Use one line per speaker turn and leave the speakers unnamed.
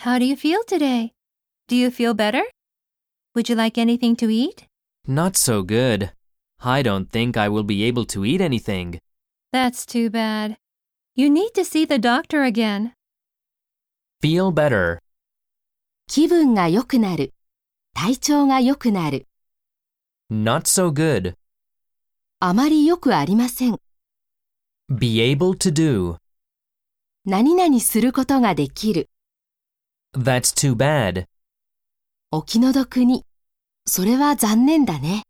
How do you feel today? Do you feel better? Would you like anything to eat?
Not so good. I don't think I will be able to eat anything.
That's too bad. You need to see the doctor again.
Feel better.
気分が良くなる。体調が良くなる。
Not so good.
あまり良くありません。
Be able to do.
何々することができる。
That's too bad.
お気の毒に。それは残念だね。